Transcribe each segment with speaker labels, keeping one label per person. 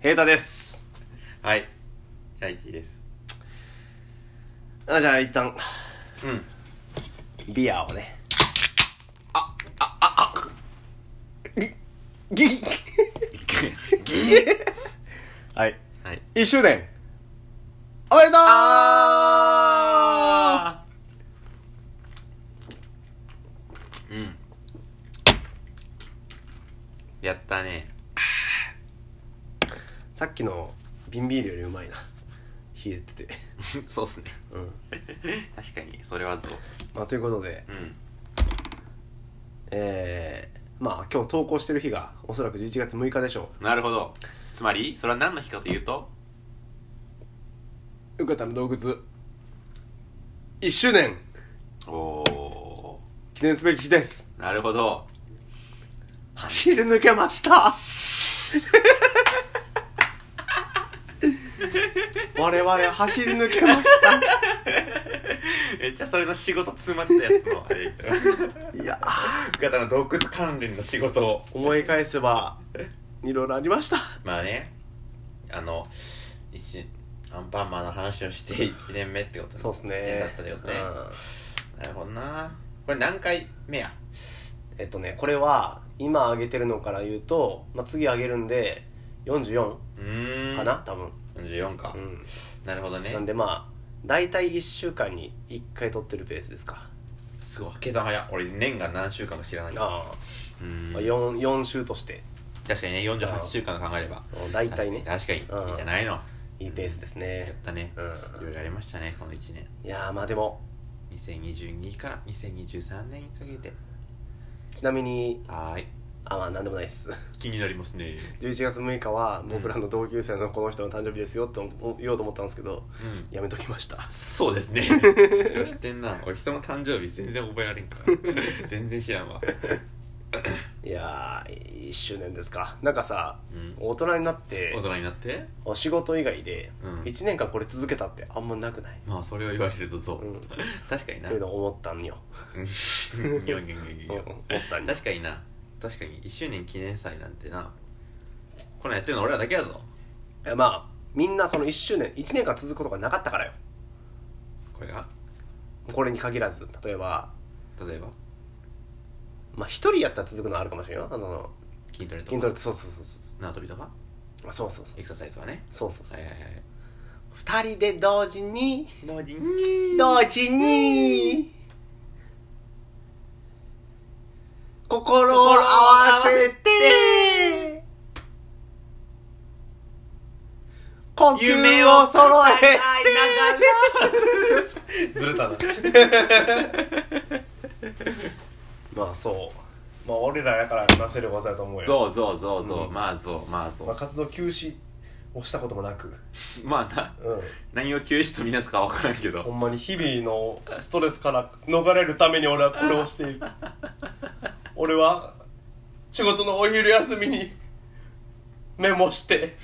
Speaker 1: 平太です
Speaker 2: はいチャイチーです
Speaker 1: あじゃあ一旦
Speaker 2: うん
Speaker 1: ビアをねああああギギはい
Speaker 2: はい
Speaker 1: 1周年おめでとう
Speaker 2: あうんやったね
Speaker 1: さっきの瓶ビールよりうまいな冷えてて
Speaker 2: そうっ すね
Speaker 1: うん、
Speaker 2: 確かにそれはそう
Speaker 1: まあ、ということで
Speaker 2: うん
Speaker 1: えー、まあ今日投稿してる日がおそらく11月6日でしょ
Speaker 2: なるほどつまりそれは何の日かというと
Speaker 1: う受けたの洞窟1周年
Speaker 2: おお
Speaker 1: 記念すべき日です
Speaker 2: なるほ ど
Speaker 1: 走り抜けました我々走り抜けまし
Speaker 2: めっちゃそれの仕事詰まってたやつのあれ
Speaker 1: たいや
Speaker 2: 深田の洞窟関連の仕事を
Speaker 1: 思い返せばいろいろありました
Speaker 2: まあねあの一瞬アンパンマンの話をして1年目ってこと
Speaker 1: そうっすね
Speaker 2: だったよね、
Speaker 1: うん
Speaker 2: なるほどなこれ何回目や
Speaker 1: えっとねこれは今上げてるのから言うと、まあ、次上げるんで44
Speaker 2: うーん
Speaker 1: かな多分
Speaker 2: 44か、
Speaker 1: うん
Speaker 2: なるほどね
Speaker 1: なんでまあ大体1週間に1回撮ってるペースですか
Speaker 2: すごい計算早い俺年が何週間か知らない
Speaker 1: ああ、ま
Speaker 2: う
Speaker 1: あ、
Speaker 2: ーん
Speaker 1: 4, 4週として
Speaker 2: 確かにね48週間考えれば
Speaker 1: うん大体ね
Speaker 2: 確かに確かに
Speaker 1: うん
Speaker 2: いいじゃないのや
Speaker 1: いいペースです
Speaker 2: っ
Speaker 1: ね
Speaker 2: たね
Speaker 1: うん
Speaker 2: いろいろありましたねこの1年
Speaker 1: いやーまあでも
Speaker 2: 2022から2023年にかけて
Speaker 1: ちなみに
Speaker 2: はーい
Speaker 1: あまあなんでもないです
Speaker 2: 気になりますね
Speaker 1: 11月6日は僕らの同級生のこの人の誕生日ですよって思言おうと思ったんですけど
Speaker 2: うん
Speaker 1: やめときました
Speaker 2: そうですね 知ってんな俺人の誕生日全然覚えられんから 全然知らんわ
Speaker 1: いやー1周年ですかなんかさ、
Speaker 2: うん
Speaker 1: 大人になって
Speaker 2: 大人になって
Speaker 1: お仕事以外で
Speaker 2: うん
Speaker 1: 1年間これ続けたってあんまなくない、
Speaker 2: まあそれを言われるとそう、
Speaker 1: うん
Speaker 2: 確かにな
Speaker 1: というのを思ったんよ、
Speaker 2: うんいやいやいやいや
Speaker 1: うん思ったんよ
Speaker 2: 確かにな確かに1周年記念祭なんてなこんなんやってるの俺らだけやぞ
Speaker 1: いやまあみんなその1周年1年間続くことがなかったからよ
Speaker 2: これが
Speaker 1: これに限らず例えば
Speaker 2: 例えば
Speaker 1: まあ一人やったら続くのはあるかもしれんよあの
Speaker 2: 筋トレとか
Speaker 1: 筋トレってそうそうそうそう
Speaker 2: 縄跳びとか
Speaker 1: そうそうそうそう
Speaker 2: エクササイズはね
Speaker 1: そうそうそう
Speaker 2: はいはいはい
Speaker 1: 2人で同時に
Speaker 2: 同時に
Speaker 1: 同時に心を合わせて呼吸を揃えて
Speaker 2: ずれたな
Speaker 1: まあそうまあ俺らやから話せる技だと思うよ
Speaker 2: そうそうそうそう、
Speaker 1: うん
Speaker 2: まあそうまあそ
Speaker 1: まあ、
Speaker 2: う
Speaker 1: 活動休止をしたこともなく、
Speaker 2: まあな
Speaker 1: うん、
Speaker 2: 何を休止とみなすかは分からんけ
Speaker 1: ほ
Speaker 2: ど
Speaker 1: んまに日々のストレスから逃れるために俺はこれをしてい る俺は仕事のお昼休みにメモして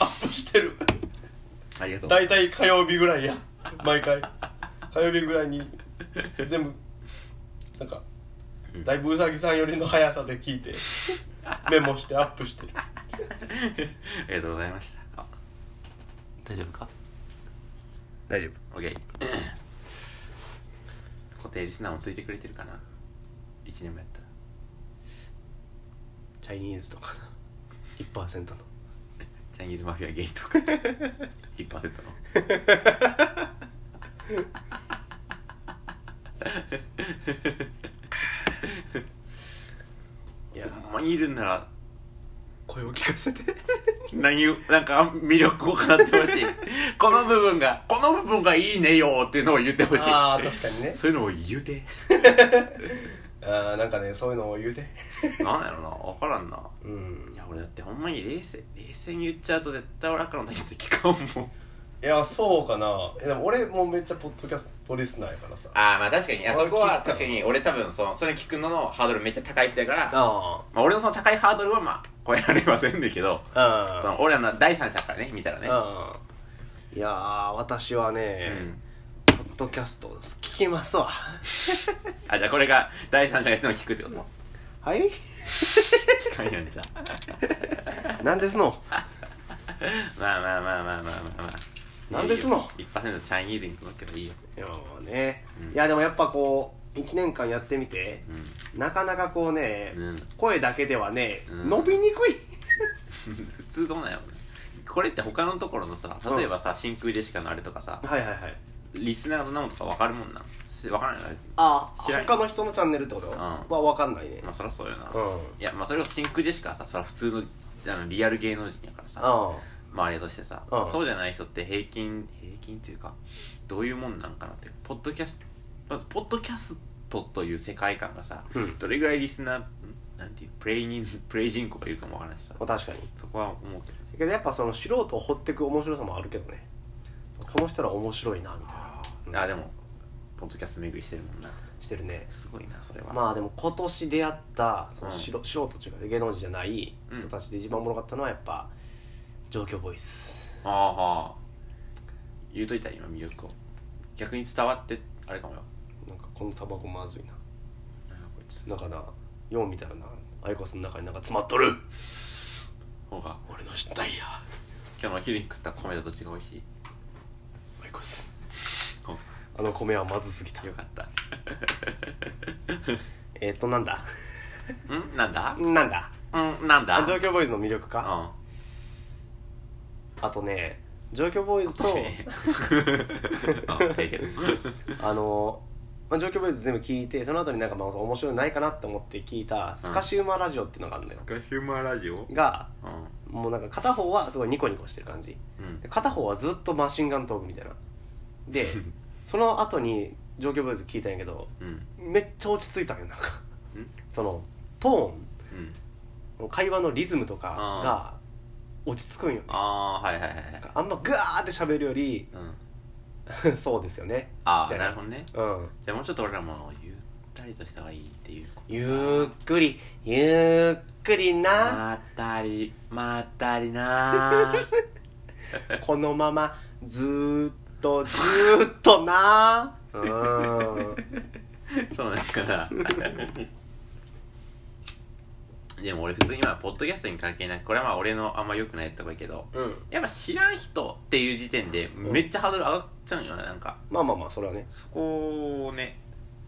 Speaker 1: アップしてる
Speaker 2: ありがとう
Speaker 1: 大体火曜日ぐらいや毎回火曜日ぐらいに全部なんか
Speaker 2: うん
Speaker 1: だいぶうさぎさん寄りの速さで聞いてメモしてアップしてる
Speaker 2: ありがとうございましたあ大丈夫か
Speaker 1: 大丈
Speaker 2: OK 固定リスナーもついてくれてるかな1年もやったら
Speaker 1: チャイニーズとか1%の
Speaker 2: チャイニーズマフィアゲイとか1%の
Speaker 1: いや
Speaker 2: ほんまにいるんなら
Speaker 1: 声を聞かせて
Speaker 2: 何をなんか魅力を語ってほしいこの部分がこの部分がいいねよっていうのを言ってほしい
Speaker 1: ああ確かにね
Speaker 2: そういうのを言うて
Speaker 1: あーなんかねそういうのを言う て
Speaker 2: なんやろな分からんな
Speaker 1: うん
Speaker 2: いや俺だってほんまに冷静冷静に言っちゃうと絶対俺あからの時って聞かんもん
Speaker 1: いやそうかなえでも俺もめっちゃポッドキャストリスナーやからさ
Speaker 2: ああまあ確かにあ
Speaker 1: 俺
Speaker 2: そこは
Speaker 1: 聞くから
Speaker 2: 確かに俺多分そのそれ聞くののハードルめっちゃ高い人やから、ま
Speaker 1: あ
Speaker 2: あ、俺のその高いハードルはまあ超えられませんだけどそ
Speaker 1: あ
Speaker 2: の俺らの第三者からね見たらね
Speaker 1: うんいやー私はね、
Speaker 2: うん
Speaker 1: ポッドキャスト聞きます わ
Speaker 2: あじゃあこれが第三者が言っても聞くって こと
Speaker 1: はい
Speaker 2: 聞かんやんじゃあ
Speaker 1: なんですの
Speaker 2: まあまあまあまあまあまあまあ
Speaker 1: なんですの
Speaker 2: いいよ1%チャイニーズに届けばいいよ
Speaker 1: いやまあね、
Speaker 2: うん
Speaker 1: いやでもやっぱこう1年間やってみて
Speaker 2: う
Speaker 1: なかなかこうね、
Speaker 2: ん、うん、
Speaker 1: 声だけではね、
Speaker 2: うん
Speaker 1: 伸びにくい
Speaker 2: 普通どうなんやろうねこれって他のところのさ例えばさ、真空ジェシカのあれとかさ
Speaker 1: はいはいはい
Speaker 2: リスナーの名前とか分かるもんなし分からないな別に
Speaker 1: あ
Speaker 2: 知らん
Speaker 1: 他の人のチャンネルってこと、は分かんないね
Speaker 2: まあそりゃそうよな、
Speaker 1: うん
Speaker 2: いやまあそれこそ真空ジェシカはさそれは普通のあのリアル芸能人やからさ、
Speaker 1: あ
Speaker 2: まああれとしてさ、
Speaker 1: うん
Speaker 2: そうじゃない人って平均平均というかどういうもんなんかなってポッドキャストまずポッドキャストという世界観がさ
Speaker 1: うん
Speaker 2: どれぐらいリスナーんなんていうプレイ人数プレイ人口がいるかもわからないしさ
Speaker 1: まあ確かに
Speaker 2: そこは思うけどね
Speaker 1: だけどやっぱその素人を掘ってく面白さもあるけどねこの人ら面白いなみたいな
Speaker 2: あ
Speaker 1: うん
Speaker 2: ーあでもポッドキャスト巡りしてるもんな
Speaker 1: してるね
Speaker 2: すごいなそれは、
Speaker 1: まあでも今年出会ったその
Speaker 2: うん
Speaker 1: 素,、素人っていうか芸能人じゃない
Speaker 2: うん
Speaker 1: 人たちで一番おもろかったのはやっぱ状況ボイス
Speaker 2: ああはあ言うといた今魅力を逆に伝わってあれかもよ
Speaker 1: なんかこのタバコまずいな
Speaker 2: なんかこいつ
Speaker 1: なんかなよう見たらなアイコスの中になんか詰まっとる
Speaker 2: ほうが
Speaker 1: 俺の失態や
Speaker 2: 今日のお昼に食った米とどっちが美味しい
Speaker 1: アイコス
Speaker 2: ほう
Speaker 1: あの米はまずすぎた
Speaker 2: よかった
Speaker 1: えっ、ー、となんだ
Speaker 2: うんなんだ
Speaker 1: なんだ
Speaker 2: うんなんだ
Speaker 1: あ状況ボーイズの魅力か、
Speaker 2: う
Speaker 1: あとね状況ボーイズ と
Speaker 2: んうんええけど
Speaker 1: あのまあ、状況ボーイズ全部聞いてその後になんかまあ面白いのないかなって思って聞いたスカシウマラジオっていうのがあるんだよ、
Speaker 2: カヒューマラジオ
Speaker 1: が
Speaker 2: うん
Speaker 1: もうなんか片方はすごいニコニコしてる感じ
Speaker 2: うん
Speaker 1: で片方はずっとマシンガントークみたいなで その後に状況ボーイズ聞いたんやけど
Speaker 2: うん
Speaker 1: めっちゃ落ち着いたんよなんか
Speaker 2: うん
Speaker 1: そのト
Speaker 2: うん
Speaker 1: ーン会話のリズムとかが落ち着くんよね
Speaker 2: ああはいはいはいはい
Speaker 1: あんまグワーって喋るより
Speaker 2: うん
Speaker 1: そうですよね
Speaker 2: あ
Speaker 1: みた
Speaker 2: あ
Speaker 1: いな
Speaker 2: なるほどね
Speaker 1: うん
Speaker 2: じゃあもうちょっと俺らもゆったりとした方がいいっていうこと
Speaker 1: ゆっくりゆっくりな
Speaker 2: まったりまったりな
Speaker 1: このままずーっとずーっとなうん
Speaker 2: そうだから でも俺普通に今ポッドキャストに関係ないこれはまあ俺のあんま良くないとこやけど
Speaker 1: うん
Speaker 2: やっぱ知らん人っていう時点でめっちゃハードル上がっちゃうんよねなんか
Speaker 1: まあまあまあそれはね
Speaker 2: そこをね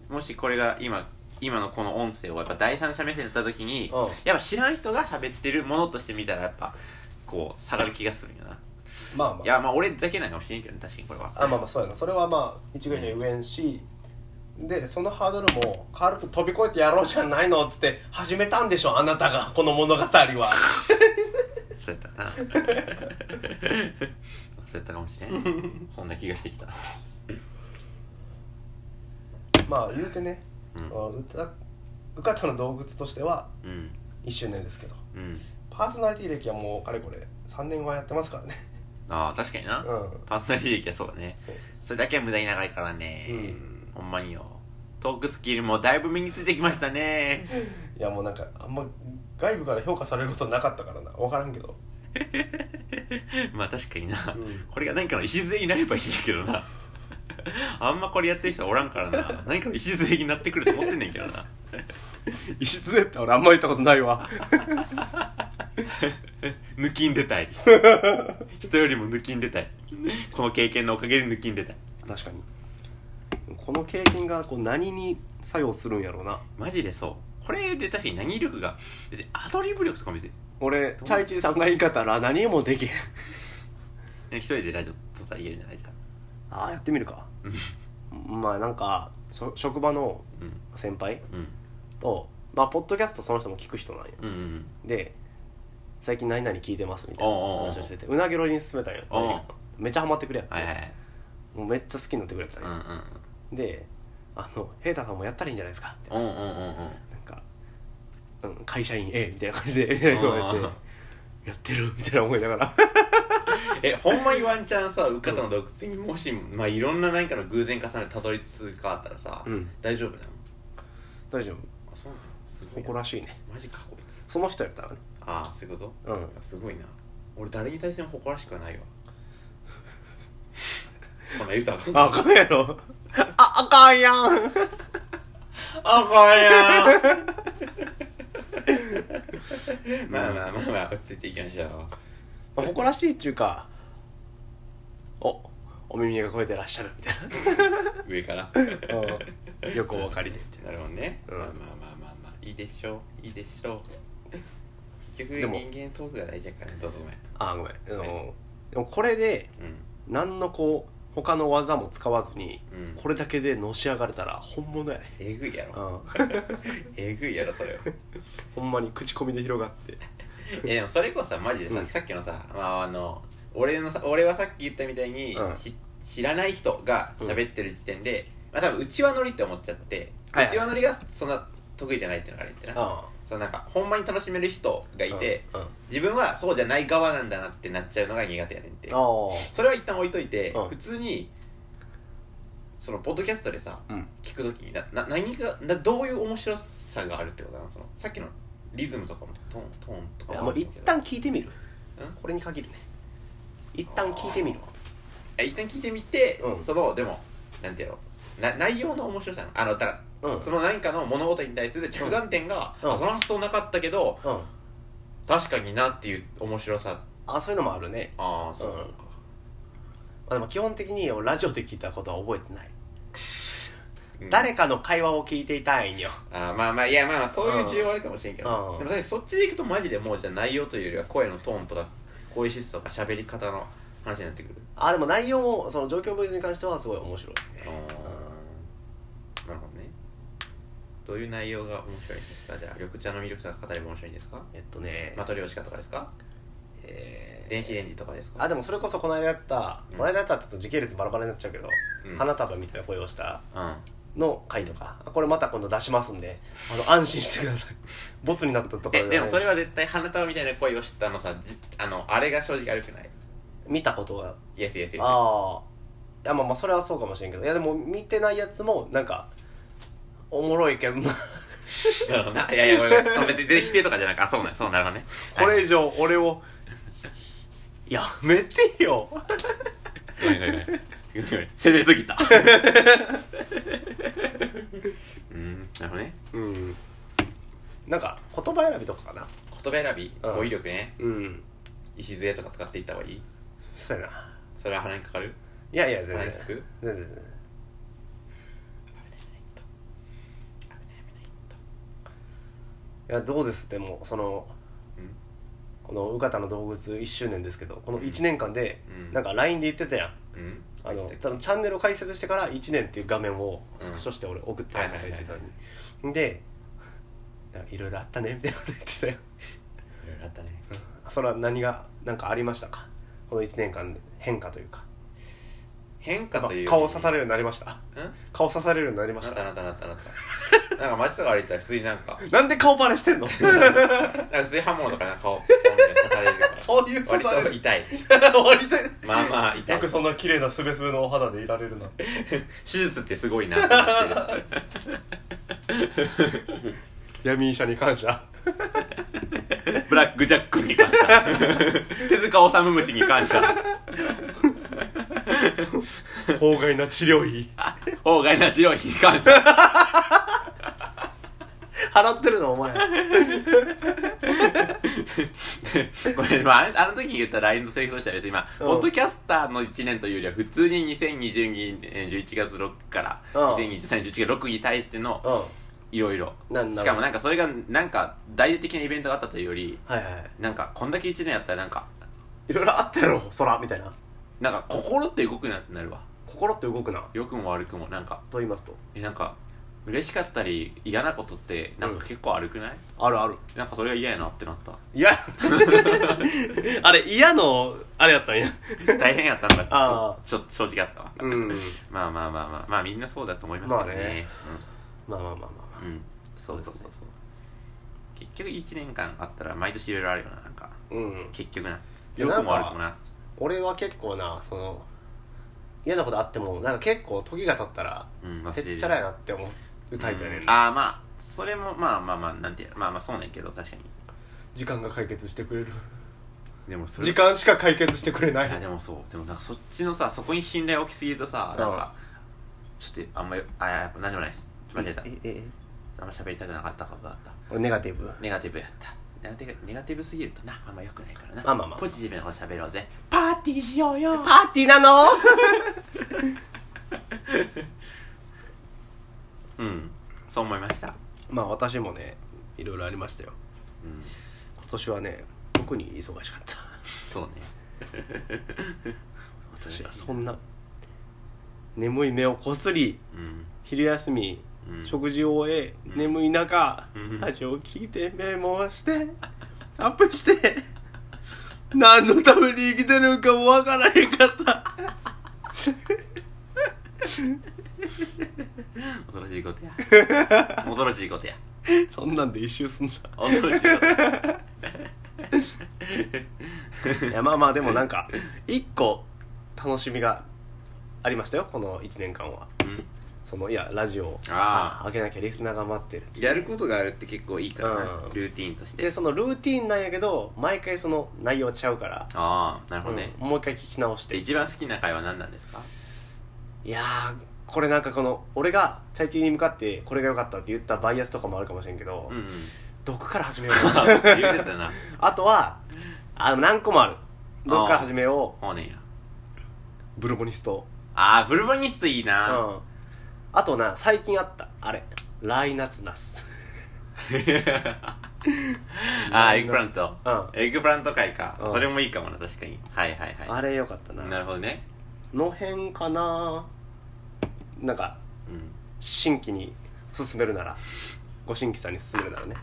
Speaker 2: もしこれが今今のこの音声をやっぱ第三者目線だった時に
Speaker 1: うん
Speaker 2: やっぱ知らん人が喋ってるものとして見たらやっぱこう下がる気がするんよな
Speaker 1: まあま
Speaker 2: いやまあ俺だけなんかもしれんけどね確かにこれは
Speaker 1: あまあまあそうやなそれはまあ一概には言えんし、でそのハードルも軽く飛び越えてやろうじゃないのっつって始めたんでしょあなたがこの物語 は
Speaker 2: そうやったな そうやったかもしれ んそんな気がしてきた
Speaker 1: まあ言うてね、
Speaker 2: うん
Speaker 1: あの歌うかたの動物としては
Speaker 2: うん
Speaker 1: 1周年ですけど
Speaker 2: うん
Speaker 1: パーソナリティ歴はもうかれこれ3年はやってますから ね
Speaker 2: ああ確かにな、
Speaker 1: うん
Speaker 2: パーソナリティ歴はそうだね
Speaker 1: そうそうそ
Speaker 2: それだけは無駄に長いからね、
Speaker 1: うん
Speaker 2: ほんまによトークスキルもだいぶ身についてきましたね
Speaker 1: ういやもうなんかあんま外部から評価されることなかったからな分からんけど
Speaker 2: まあ確かにな、
Speaker 1: うん
Speaker 2: これが何かの礎になればいいんだけどな あんまこれやってる人はおらんからな何かの礎になってくると思ってんねんけどな
Speaker 1: 石杖って俺あんま言ったことないわ
Speaker 2: 抜きんでたい人よりも抜きんでたいこの経験のおかげで抜きんでたい
Speaker 1: 確かにこの経験がこう何に作用するんやろうな
Speaker 2: マジでそうこれで確かに何力が別にアドリブ力とかも別に
Speaker 1: 俺チャイチーさんがいいかったら何もできへん
Speaker 2: 一人でラジオ撮ったら言えるんじゃないじゃん
Speaker 1: ああやってみるかまあなんかそ職場の
Speaker 2: うん
Speaker 1: 先輩
Speaker 2: うん
Speaker 1: とまあポッドキャストその人も聞く人なんや
Speaker 2: うんうんうん
Speaker 1: で最近何々聞いてますみたいな
Speaker 2: おうおうおう
Speaker 1: 話をしててうなぎろりに勧めたんや
Speaker 2: おう
Speaker 1: めっちゃハマってくれやって、
Speaker 2: はいはいはい
Speaker 1: もうめっちゃ好きになってくれた
Speaker 2: うん
Speaker 1: んや、であの平太さんもやったらいいんじゃないですかみたい
Speaker 2: うんうんうんうんうん
Speaker 1: ななんか、うん、会社員 A みたいな感じでみたいな言われて
Speaker 2: あ
Speaker 1: やってるみたいな思いながら
Speaker 2: えほんまにワンチャンさ受かったの洞窟にもし、まあ、いろんな何かの偶然重ねてたどり着かあったらさ、
Speaker 1: うん
Speaker 2: 大丈夫なの
Speaker 1: 大丈夫
Speaker 2: あそうなのすごいな
Speaker 1: 誇らしいね
Speaker 2: マジかこいつ
Speaker 1: その人やったらね
Speaker 2: ああそういうこ
Speaker 1: う
Speaker 2: と
Speaker 1: ん
Speaker 2: すごいな俺誰に対しても誇らしくはないわ ほら言うたらあ
Speaker 1: ああか
Speaker 2: かん
Speaker 1: んやろああかんやん
Speaker 2: あこ れやまあまあまあまあ落ち着いていきましょう
Speaker 1: まあ、誇らしいっちゅうかおお耳が肥えてらっしゃるみたい
Speaker 2: 上から
Speaker 1: なうんよくお分かりでみたいな
Speaker 2: なるほどね、
Speaker 1: うん
Speaker 2: まあまあまあまあまあいいでしょういいでしょう結
Speaker 1: で
Speaker 2: 局
Speaker 1: も
Speaker 2: 人間トークが大事やからねどうぞごめん
Speaker 1: あごめんあのでもこれで何のこう他の技も使わずに
Speaker 2: うんうん
Speaker 1: これだけでのし上がれたら本物やね
Speaker 2: えぐいやろ
Speaker 1: うん
Speaker 2: えぐいやろそれは
Speaker 1: ほんまに口コミで広がって
Speaker 2: えでもそれこそさマジでさ、
Speaker 1: うん
Speaker 2: さっきのさ、まあ、あの俺のさ俺はさっき言ったみたいに、
Speaker 1: うん
Speaker 2: し知らない人が喋ってる時点で、まあ多分うちわ乗りって思っちゃって、
Speaker 1: はいう
Speaker 2: ちわ乗りがそんな得意じゃないっていう のがあれってな、
Speaker 1: あ
Speaker 2: そのなんかほんまに楽しめる人がいて、
Speaker 1: うん、うん
Speaker 2: 自分はそうじゃない側なんだなってなっちゃうのが苦手やねんって
Speaker 1: ああ
Speaker 2: それは一旦置いといて、
Speaker 1: うん
Speaker 2: 普通にそのポッドキャストでさ
Speaker 1: うん
Speaker 2: 聞くときになな何がなどういう面白さがあるってことなのそのさっきのリズムとかもトーントーンと
Speaker 1: い
Speaker 2: か
Speaker 1: や
Speaker 2: も
Speaker 1: もう一旦聞いてみる
Speaker 2: うん
Speaker 1: これに限るね一旦聞いてみる
Speaker 2: え一旦聞いてみて、
Speaker 1: うん
Speaker 2: そのでもなんてやろうな内容の面白さなのあのだから、
Speaker 1: うん
Speaker 2: その何かの物事に対する着眼点が、
Speaker 1: うん
Speaker 2: あその発想なかったけど
Speaker 1: うん
Speaker 2: 確かになっていう面白さ
Speaker 1: あそういうのもあるね、
Speaker 2: ああそうなのか、
Speaker 1: まあ、でも基本的にラジオで聞いたことは覚えてない、
Speaker 2: うん
Speaker 1: 誰かの会話を聞いていたいんよ
Speaker 2: あーまあまあいやまあまあそういう需要はあるかもしれんけど、
Speaker 1: うん
Speaker 2: でも確かにそっちでいくとマジでもうじゃあ内容というよりは声のトーンとか声質とか喋り方の話になってくる
Speaker 1: あでも内容もその状況ボイスに関してはすごい面白い
Speaker 2: あー
Speaker 1: ね
Speaker 2: なるほどねどういう内容が面白いですかじゃあ緑茶の魅力とか語れば面白いんですか
Speaker 1: えっとね、
Speaker 2: マトリョーシカとかですか
Speaker 1: えー
Speaker 2: 電子レンジとかですか
Speaker 1: あでもそれこそこの間やった、
Speaker 2: うん
Speaker 1: この間やったって言うと時系列バラバラになっちゃうけど、
Speaker 2: うん
Speaker 1: 花束みたいな声をした
Speaker 2: うん
Speaker 1: の回とかあこれまた今度出しますんであの安心してくだ さいボツになったところ
Speaker 2: えでもそれ
Speaker 1: は
Speaker 2: は絶対花束みたいな声をしたのさじあのあれが正直悪くない
Speaker 1: 見たことが
Speaker 2: イエスイエスイエス
Speaker 1: ああいやまあまあそれはそうかもしれんけどいやでも見てないやつもなんかおもろいけ どな
Speaker 2: なるほどないやいやこれその別に否定とかじゃなくてあそうなのそうなるほど ね
Speaker 1: これ以上俺をやめてよ
Speaker 2: ごめんごめんごめんごめん攻めすぎたうんなるほどね
Speaker 1: うんなんか言葉選びとかかな
Speaker 2: 言葉選び
Speaker 1: うん
Speaker 2: 語彙力ね
Speaker 1: うん
Speaker 2: 礎とか使っていった方がいい
Speaker 1: そうやな
Speaker 2: それは鼻にかかる
Speaker 1: いやいや全
Speaker 2: 鼻
Speaker 1: 然
Speaker 2: につく
Speaker 1: 全然全然
Speaker 2: 危ない危ない
Speaker 1: いやどうですってもうそのこの「うかたの動物」1周年ですけどこの1年間で
Speaker 2: うん
Speaker 1: なんか LINE で言ってたやん
Speaker 2: うんうん
Speaker 1: あの
Speaker 2: はい
Speaker 1: そのチャンネルを開設してから1年っていう画面をスクショして俺送ってたんですよ
Speaker 2: はいはい
Speaker 1: 一
Speaker 2: はい
Speaker 1: さんにでなんかいろいろあったねみたいなこと言ってたよ
Speaker 2: ろいろあったね
Speaker 1: それは何が何かありましたかこの1年間で変化というか
Speaker 2: 変化という
Speaker 1: 顔刺される
Speaker 2: る
Speaker 1: ようになりました
Speaker 2: うん
Speaker 1: 顔刺されるようになりま
Speaker 2: な
Speaker 1: し
Speaker 2: った
Speaker 1: た
Speaker 2: なったなったなったなんか街とか歩いてたら普通になんか
Speaker 1: なんで顔バレしてんの
Speaker 2: なんか普通に刃物とかなんか顔ポンって刺されるから
Speaker 1: そういう刺され
Speaker 2: 割と
Speaker 1: る
Speaker 2: 痛い
Speaker 1: 割と
Speaker 2: まあまあ痛
Speaker 3: よ
Speaker 2: い
Speaker 3: くそんな綺麗なスベスベのお肌でいられるな
Speaker 2: 手術ってすごいなって思ってる
Speaker 1: 闇医者に感謝
Speaker 2: ブラックジャックに感謝 手塚治虫に感謝
Speaker 1: 法外な治療費
Speaker 2: 法外な治療費に感謝
Speaker 1: 払ってるのお前
Speaker 2: これ、まあ、あの時言った LINE のセリフとしてはですね今、
Speaker 1: うん
Speaker 2: ポッドキャスターの1年というよりは普通に2022年11月6から
Speaker 1: うん
Speaker 2: 2023年11月6に対しての
Speaker 1: う
Speaker 2: いろいろ
Speaker 1: んなんだ
Speaker 2: しかもなんかそれがなんか大々的なイベントがあったというより
Speaker 1: はいはい
Speaker 2: なんかこんだけ1年やったらなんか
Speaker 1: いろいろあったやろ空みたいな
Speaker 2: なんか心って動くなってなるわ
Speaker 1: 心って動くな
Speaker 2: 良くも悪くもなんか
Speaker 1: と言いますと
Speaker 2: えなんか嬉しかったり嫌なことってなんか結構悪くない、
Speaker 1: あるある
Speaker 2: なんかそれが嫌やなって なった
Speaker 1: いやあれ嫌のあれやったんや
Speaker 2: 大変やったの
Speaker 1: あ
Speaker 2: がちょちょ正直あったわ
Speaker 1: うん
Speaker 2: まあまあまあまあまあみんなそうだと思いますけどね,、
Speaker 1: まあねまあまあまあま
Speaker 2: うん、うん、そうそうそうそう結局1年間あったら毎年いろいろあるよななんか
Speaker 1: あうん
Speaker 2: 結局ない
Speaker 1: や
Speaker 2: 良くも
Speaker 1: なんか
Speaker 2: 悪くもな
Speaker 1: 俺は結構なその嫌なことあってもなんか結構時が経ったら
Speaker 2: うん忘れる
Speaker 1: てっちゃらやなって思うタイプやねん
Speaker 2: う
Speaker 1: なん
Speaker 2: ああまあそれもまあまあまあなんていうのまあまあそうねんけど確かに
Speaker 1: 時間が解決してくれる
Speaker 2: でもそ
Speaker 1: 時間しか解決してくれない
Speaker 2: いやでもそうでもなんかそっちのさそこに信頼を置きすぎるとさなんかちょっとあんまよあやっぱ何でもないです間違えた
Speaker 1: えええ
Speaker 2: あんま喋りたくなかったことだった
Speaker 1: 俺ネガティブ
Speaker 2: ネガティブやったネガティブネガティブすぎるとなあんま良くないからな
Speaker 1: まあまあまあ
Speaker 2: ポジティブなこと喋ろうぜパーティーしようよ
Speaker 1: ーティーなの
Speaker 2: うんそう思いました
Speaker 1: まあ私もねいろいろありましたよ
Speaker 2: うん
Speaker 1: 今年はね特に忙しかった
Speaker 2: そう ね
Speaker 1: 私はそんな眠い目をこすり
Speaker 2: うん
Speaker 1: 昼休み、
Speaker 2: うん
Speaker 1: 食事を終え、
Speaker 2: うん
Speaker 1: 眠い中、
Speaker 2: うん
Speaker 1: ラジオを聞いてメモをしてアップして何のために生きてるんかもわからへんかった
Speaker 2: 恐ろしいことや 恐ろしいことや
Speaker 1: そんなんで一周すんな
Speaker 2: 恐ろしいことや
Speaker 1: いやまあまあでもなんか一個楽しみがありましたよこの1年間は
Speaker 2: うん
Speaker 1: そのいやラジオを
Speaker 2: あー
Speaker 1: 開けなきゃリスナーが待ってるっていう
Speaker 2: やることがあるって結構いいからな
Speaker 1: うん
Speaker 2: ルーティーンとして
Speaker 1: でそのルーティンなんやけど毎回その内容ちゃうから、
Speaker 2: ああなるほどね、
Speaker 1: うんもう一回聞き直し
Speaker 2: で
Speaker 1: て
Speaker 2: 一番好きな回は何なんですか
Speaker 1: いやーこれなんかこの俺がチャイチーに向かってこれが良かったって言ったバイアスとかもあるかもしれんけど、
Speaker 2: うんうん
Speaker 1: どこから始めよう
Speaker 2: あ
Speaker 1: か
Speaker 2: 言ってたな
Speaker 1: あとはあの何個もあるどこから始めよ
Speaker 2: ほうねんや
Speaker 1: うブルボニスト
Speaker 2: ああブルボニストいいうな、
Speaker 1: んあとな最近あったあれライナツナス
Speaker 2: ああエッグプラント、
Speaker 1: うん
Speaker 2: エッグプラント回か、
Speaker 1: うん
Speaker 2: それもいいかもな確かにはいはいはい
Speaker 1: あれ良かったな
Speaker 2: なるほどね
Speaker 1: の辺かななんか
Speaker 2: うん
Speaker 1: 新規に進めるならご新規さんに進めるならね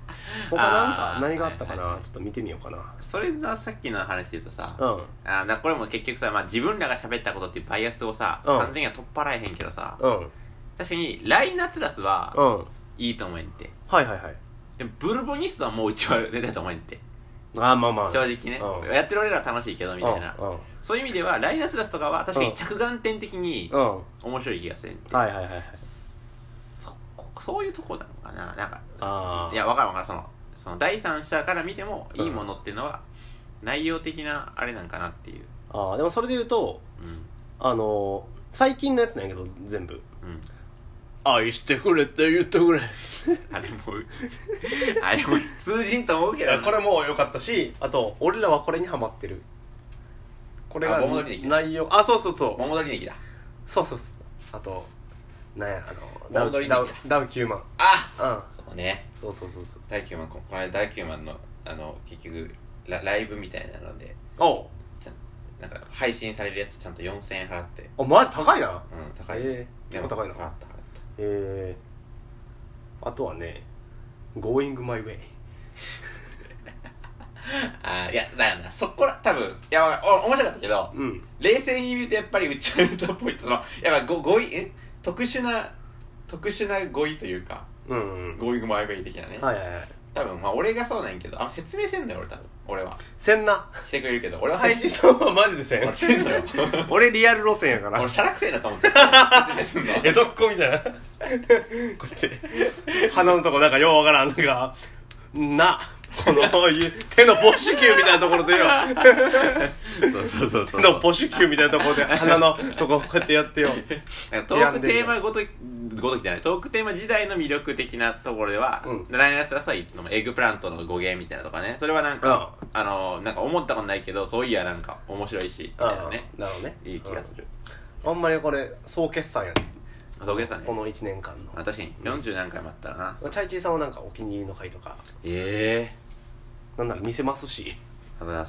Speaker 1: 他なん
Speaker 2: あ
Speaker 1: か
Speaker 2: ー
Speaker 1: 何があったかな、
Speaker 2: はいはいはい
Speaker 1: ちょっと見てみようかな
Speaker 2: それがさっきの話で言うとさ、
Speaker 1: うん
Speaker 2: あーだこれも結局さ、まあ、自分らが喋ったことっていうバイアスをさ、
Speaker 1: うん
Speaker 2: 完全には取っ払えへんけどさ、
Speaker 1: うんうん
Speaker 2: 確かにライナツラスは
Speaker 1: はい
Speaker 2: いと思えんて
Speaker 1: はいはい
Speaker 2: でもブルボニストはもううちは出たと思えんて
Speaker 1: あーまあまあ
Speaker 2: 正直ね、
Speaker 1: うん
Speaker 2: やってる俺らは楽しいけどみたいな、
Speaker 1: うんうん
Speaker 2: そういう意味ではライナツラスとかは確か
Speaker 1: う
Speaker 2: に
Speaker 1: ん
Speaker 2: 着眼点的に
Speaker 1: うんはい
Speaker 2: 面白い気がするんて、
Speaker 1: はいはいはい
Speaker 2: そこそういうとこなのかななんか
Speaker 1: ああ
Speaker 2: いやわからんわからんそのその第三者から見てもいいものっていうのは内容的なあれなんかなっていう
Speaker 1: あーでもそれで言うと
Speaker 2: う
Speaker 1: あのー最近のやつなんやけど全部
Speaker 2: んうん
Speaker 1: 愛してくれって言ってくれ
Speaker 2: あれもあれも通じんと思う
Speaker 3: い
Speaker 2: けど
Speaker 3: や
Speaker 2: な
Speaker 3: これも良かったし
Speaker 1: あと俺らはこれにハマってるこれが
Speaker 2: あ盆踊りに行き
Speaker 1: 内容あそうそうそう
Speaker 2: 桃取り劇だ
Speaker 1: そうそうそうあとなんやあのダ
Speaker 2: 盆踊
Speaker 1: ウ
Speaker 2: り
Speaker 1: ダウ
Speaker 2: でき
Speaker 1: ダウ9万
Speaker 2: あ
Speaker 1: うん
Speaker 2: そうね
Speaker 1: そうそうそうそう
Speaker 2: 大九万ここの間大九万のあの結局ラライブみたいなので
Speaker 1: おう
Speaker 2: ちゃんなんか配信されるやつちゃんと4000円払って
Speaker 1: あマジ高いな
Speaker 2: うん高い、
Speaker 1: ええ
Speaker 2: で
Speaker 1: 結構
Speaker 2: も
Speaker 1: 高い
Speaker 2: 払
Speaker 1: な
Speaker 2: った払っ
Speaker 1: えー、あとはね「Going My Way
Speaker 2: たあーいやだよなそこら多分いやわかんお面白かったけ」ど
Speaker 1: うん
Speaker 2: 冷静に見るとやっぱりうちのトップポイントそのやっぱご語彙え特殊な特殊な語彙というか
Speaker 1: うんうん
Speaker 2: 語彙マイウェイ的なね、
Speaker 1: はいはいはい
Speaker 2: 多分まあ俺がそうなんやけどあ説明せんのよ俺多分俺は
Speaker 1: せんな
Speaker 2: してくれるけど俺は
Speaker 1: 太
Speaker 2: 最
Speaker 1: 一
Speaker 2: 初
Speaker 1: さんはマジでせ
Speaker 2: 俺
Speaker 1: ん
Speaker 2: せんのよ
Speaker 1: 俺リアル路線やから
Speaker 2: 俺シャラくせえなと思って 説明すんの
Speaker 3: 江戸っ子みたいなこうやって鼻のとこなんかようわからんなんか
Speaker 1: なこの手のポッシュ球みたいなところでよ
Speaker 2: そうそうそう そ
Speaker 3: 手
Speaker 2: う
Speaker 3: のポシュキューみたいなところで鼻のとここうやってやってよ
Speaker 2: なんかトークテーマごときごときじゃないトークテーマ時代の魅力的なところでは、
Speaker 1: う
Speaker 2: ライナスはさいつもエッグプラントの語源みたいなとかねそれはなんか、あのなんか思ったことないけどそういやなんか面白いしみたいなね
Speaker 1: なるほどね
Speaker 2: いい気がする、
Speaker 1: あんまりこれ総決算やね
Speaker 2: あそうですね
Speaker 1: この1年間の
Speaker 2: あ確かに40何回もあったらな、
Speaker 1: チャイチーさんはなんかお気に入りの回とか
Speaker 2: ええ
Speaker 1: なんなら見せますし
Speaker 2: ありがとうございま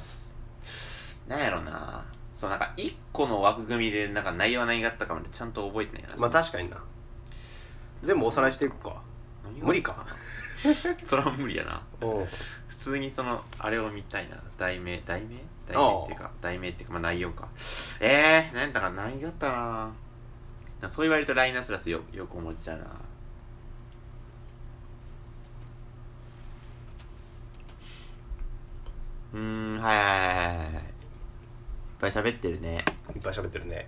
Speaker 2: すなんやろなそうなんか一個の枠組みでなんか内容は何があったかまでちゃんと覚えてないな、
Speaker 1: まあ確かにな全部おさらいしていくか
Speaker 2: 何が
Speaker 1: 無理か
Speaker 2: それは無理やな
Speaker 1: うん
Speaker 2: 普通にそのあれを見たいな題名題名題名っていうか題名っていうかまあ内容かええー、なんだか何だったかななんかそう言われるとライナスラスよよく思っちゃうなうーんはいはいはいはいはいいっぱい喋ってるね
Speaker 1: いっぱい喋ってるね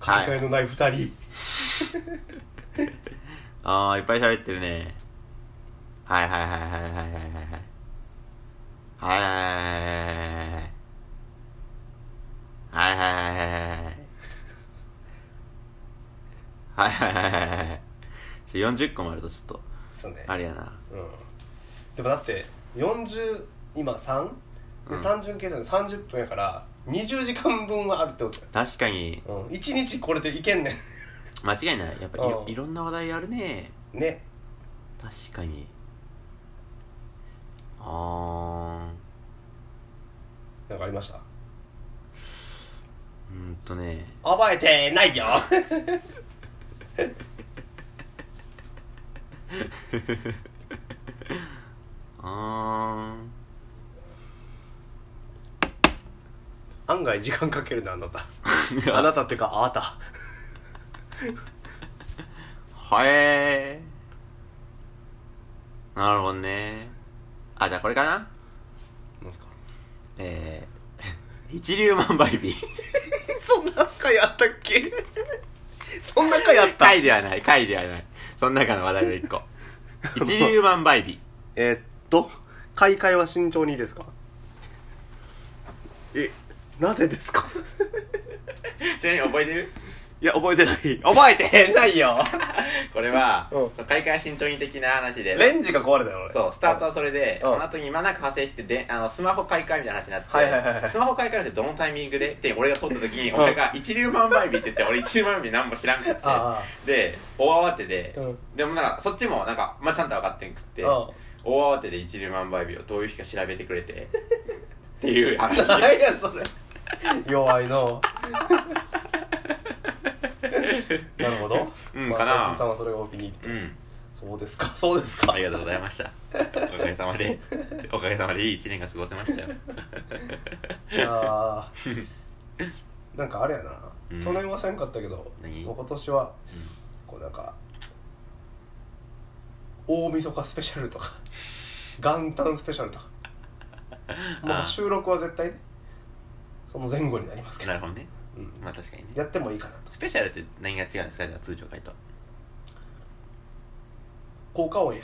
Speaker 3: かけがえのない二人
Speaker 2: ああいっぱい喋ってるねはいはいはいはいはいはいはいはいはいはいはいはいはいはいはいはいはいはいはいはいはい40個もあるとちょっと
Speaker 1: そうね
Speaker 2: あれやな
Speaker 1: うんでもだって40今 3? で
Speaker 2: うん
Speaker 1: 単純計算で30分やから20時間分はあるってこと
Speaker 2: 確かに
Speaker 1: や、うん、1日これでいけんね
Speaker 2: 間違いないやっぱいろ
Speaker 1: うん
Speaker 2: いろんな話題あるね
Speaker 1: ん ね
Speaker 2: 確かにあ
Speaker 1: なんかありました
Speaker 2: ーうーんとね
Speaker 1: 覚えてない よ
Speaker 2: あ ー
Speaker 4: 案外時間かけるなあなたあなたっていうかあなた
Speaker 2: はえーなるほどねあじゃあこれかな
Speaker 4: なんすか
Speaker 2: えー、 一粒万倍 日
Speaker 4: そんな回あったっけ そんな回あった
Speaker 2: 回ではない回ではないその中の話題の一 個一粒万倍日
Speaker 4: えーっと買い替えは慎重にですかえなぜですか
Speaker 2: ちなみに覚え てる
Speaker 4: いや覚えてない
Speaker 1: 覚えてないよ
Speaker 2: これは、
Speaker 4: うん
Speaker 2: そう開会慎重に的な話で
Speaker 4: レンジが壊れたよ俺
Speaker 2: そうスタートはそれで、
Speaker 4: うん
Speaker 2: その後にまあなんか派生してであのスマホ買い替えみたいな話になって、
Speaker 4: はいはいはいはい
Speaker 2: スマホ買い替えってどのタイミングでって俺が撮った時に、
Speaker 4: うん
Speaker 2: 俺が一粒万倍日って言って俺一粒万倍日何も知らんかって
Speaker 1: あ
Speaker 2: で大慌てで、
Speaker 1: うん
Speaker 2: でもなんかそっちもなんか、まあ、ちゃんと分かってんくって、
Speaker 1: あ
Speaker 2: 大慌てで一粒万倍日をどういう日か調べてくれてっていう
Speaker 1: あ
Speaker 2: 話
Speaker 1: 何やそれ弱いのなるほど
Speaker 2: うん
Speaker 1: まあ
Speaker 2: かな
Speaker 1: チャンチンさんはそれがお気に入り
Speaker 2: うん
Speaker 1: そうですかそうですか
Speaker 2: ありがとうございましたおかげさまでおかげさまでいい一年が過ごせましたよ
Speaker 1: いやーなんかあれやな、
Speaker 2: うん
Speaker 1: 去年はせんかったけど
Speaker 2: 何
Speaker 1: もう今年は
Speaker 2: うん
Speaker 1: こうなんか大晦日スペシャルとか元旦スペシャルとかま
Speaker 2: あー
Speaker 1: あ収録は絶対ねその前後になりますけど
Speaker 2: な、るほどね
Speaker 1: うん
Speaker 2: まあ確かにね
Speaker 1: やってもいいかなと
Speaker 2: スペシャルって何が違うんですかじゃあ通常回と
Speaker 1: 効果 音や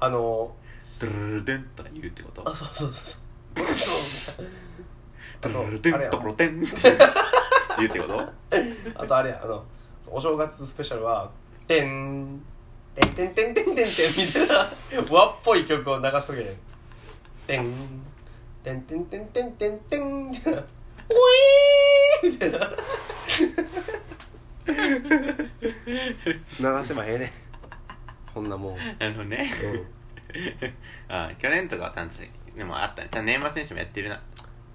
Speaker 1: あの
Speaker 2: ドゥルルルデンとか言うってこと
Speaker 1: あそうそうそう そう
Speaker 2: ドゥルルル
Speaker 1: あ
Speaker 2: デ
Speaker 1: れ
Speaker 2: ン
Speaker 1: や
Speaker 2: ドロデ ンって言うってこと
Speaker 1: あとあれやあのお正月スペシャルは「てんてんてんてんてんてんてん」みたいな和っぽい曲を流しとけてんてんてんてんてんてんてんみたいな「おいー!」みたいな
Speaker 4: 流せばええねこんなもん
Speaker 2: なるほどね あ去年とかはちゃんとでもあったね年末年始もやってるな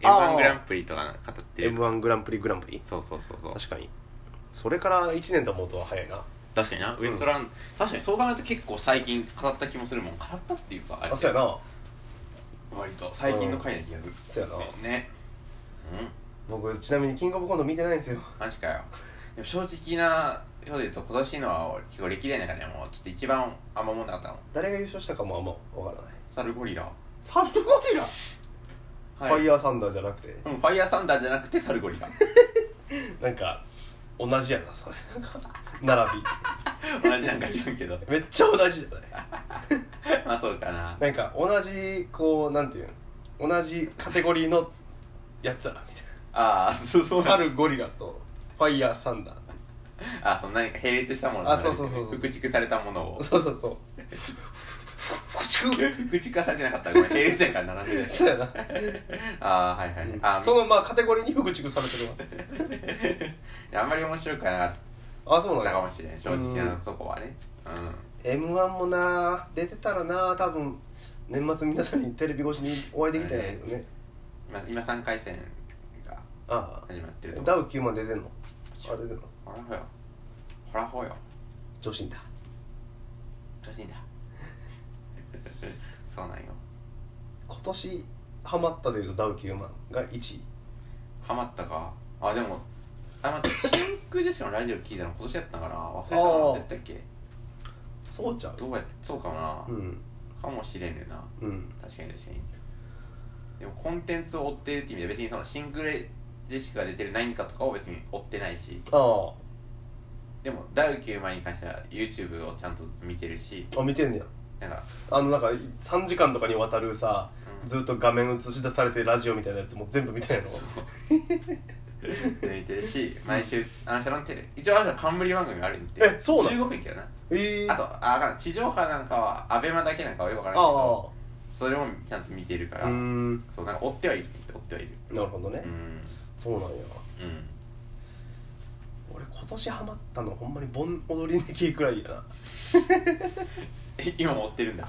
Speaker 2: m
Speaker 1: あー
Speaker 2: 1グランプリとかの語ってる
Speaker 4: m 1グランプリグランプリ
Speaker 2: そうそうそうそう
Speaker 4: 確かにそれから1年と思うとは早いな
Speaker 2: 確かになウエストラン、確かにそう考えると結構最近語った気もするもん語ったっていうかあれ
Speaker 1: あそうやな
Speaker 2: 割と最近の回な気がする
Speaker 1: そうやな
Speaker 2: ねうん
Speaker 1: 僕ちなみに「キングオブコント」見てないんですよ
Speaker 2: マジかよでも正直な表で言うと今年のは俺結構歴代の中でもちょっと一番あんま思んなかったの
Speaker 1: 誰が優勝したかもあんま分からない
Speaker 2: サルゴリラ
Speaker 1: サルゴリラ、ファイ
Speaker 2: ヤ
Speaker 1: ヤーサンダーじゃなくて
Speaker 2: うんファイヤーサンダーじゃなくてサルゴリラ
Speaker 1: なんか同じやなそれなんか並び
Speaker 2: 同じなんか知らんけど
Speaker 1: めっちゃ同じじゃない
Speaker 2: まあそうかな
Speaker 1: なんか同じこうなんていうん同じカテゴリーのやつらみた
Speaker 2: ああそう
Speaker 1: い
Speaker 2: そう
Speaker 1: なサルゴリラとファイヤーサンダー
Speaker 2: あその何か並列したもの
Speaker 1: あそうそうそうそう
Speaker 2: 駆逐されたものを
Speaker 1: そうそうそう駆逐
Speaker 2: 駆逐化されてなかったらごめん並列やから並んでない
Speaker 1: そうやな
Speaker 2: ああはい はい、あー
Speaker 1: そのまあカテゴリーに駆逐されてる
Speaker 2: あんまり面白くはなか
Speaker 1: わあそう
Speaker 2: った
Speaker 1: な
Speaker 2: か
Speaker 1: の
Speaker 2: もしれん正直なとこはねうん、
Speaker 1: m 1もな出てたらな多分年末皆さんにテレビ越しにお会いできたんやけどね
Speaker 2: まあ今3回戦が
Speaker 1: ああ
Speaker 2: 始まってるとこ
Speaker 1: ダウ9万出てんのあ出てんの
Speaker 2: ほらほよほらほよ
Speaker 1: 女子だ
Speaker 2: 調子いいんだ そうなんよ
Speaker 1: 今年ハマったでいうとダウ9万が1位
Speaker 2: ハマったかあでもあ待って真空ジェシカのラジオ聞いたの今年やったから忘れた
Speaker 1: あ
Speaker 2: な
Speaker 1: ー
Speaker 2: やったっけ
Speaker 1: そうちゃう
Speaker 2: どうやそうかもな、
Speaker 1: うん
Speaker 2: かもしれんねんな
Speaker 1: うん
Speaker 2: 確かに確かにでもコンテンツを追ってるって意味で別にそのシングルジェシカが出てる何かとかを別に追ってないし
Speaker 1: あ
Speaker 2: でも第9枚に関しては YouTube をちゃんとずつ見てるし
Speaker 1: ああ見てんねや
Speaker 2: なんか
Speaker 1: あのなんか3時間とかにわたるさ、
Speaker 2: うん
Speaker 1: ずっと画面映し出されてるラジオみたいなやつも全部見たんやろ
Speaker 2: そう抜いてるし毎週あの人のテレビ一応あの人冠番組あるんで
Speaker 3: えそうなの
Speaker 2: 15分やな
Speaker 3: ええ
Speaker 2: あとあわからん地上波なんかはアベマだけなんかはよくわからんけ
Speaker 3: あ
Speaker 2: どそれもちゃんと見てるか
Speaker 3: あう
Speaker 2: ら
Speaker 3: ーん
Speaker 2: そうなんか追ってはいる追ってはいる
Speaker 1: なるほどね、
Speaker 2: うん
Speaker 1: そうなんや
Speaker 2: うん
Speaker 1: 俺今年ハマったのほんまに盆踊りに聞くらいやな
Speaker 2: え 今も追ってるんだ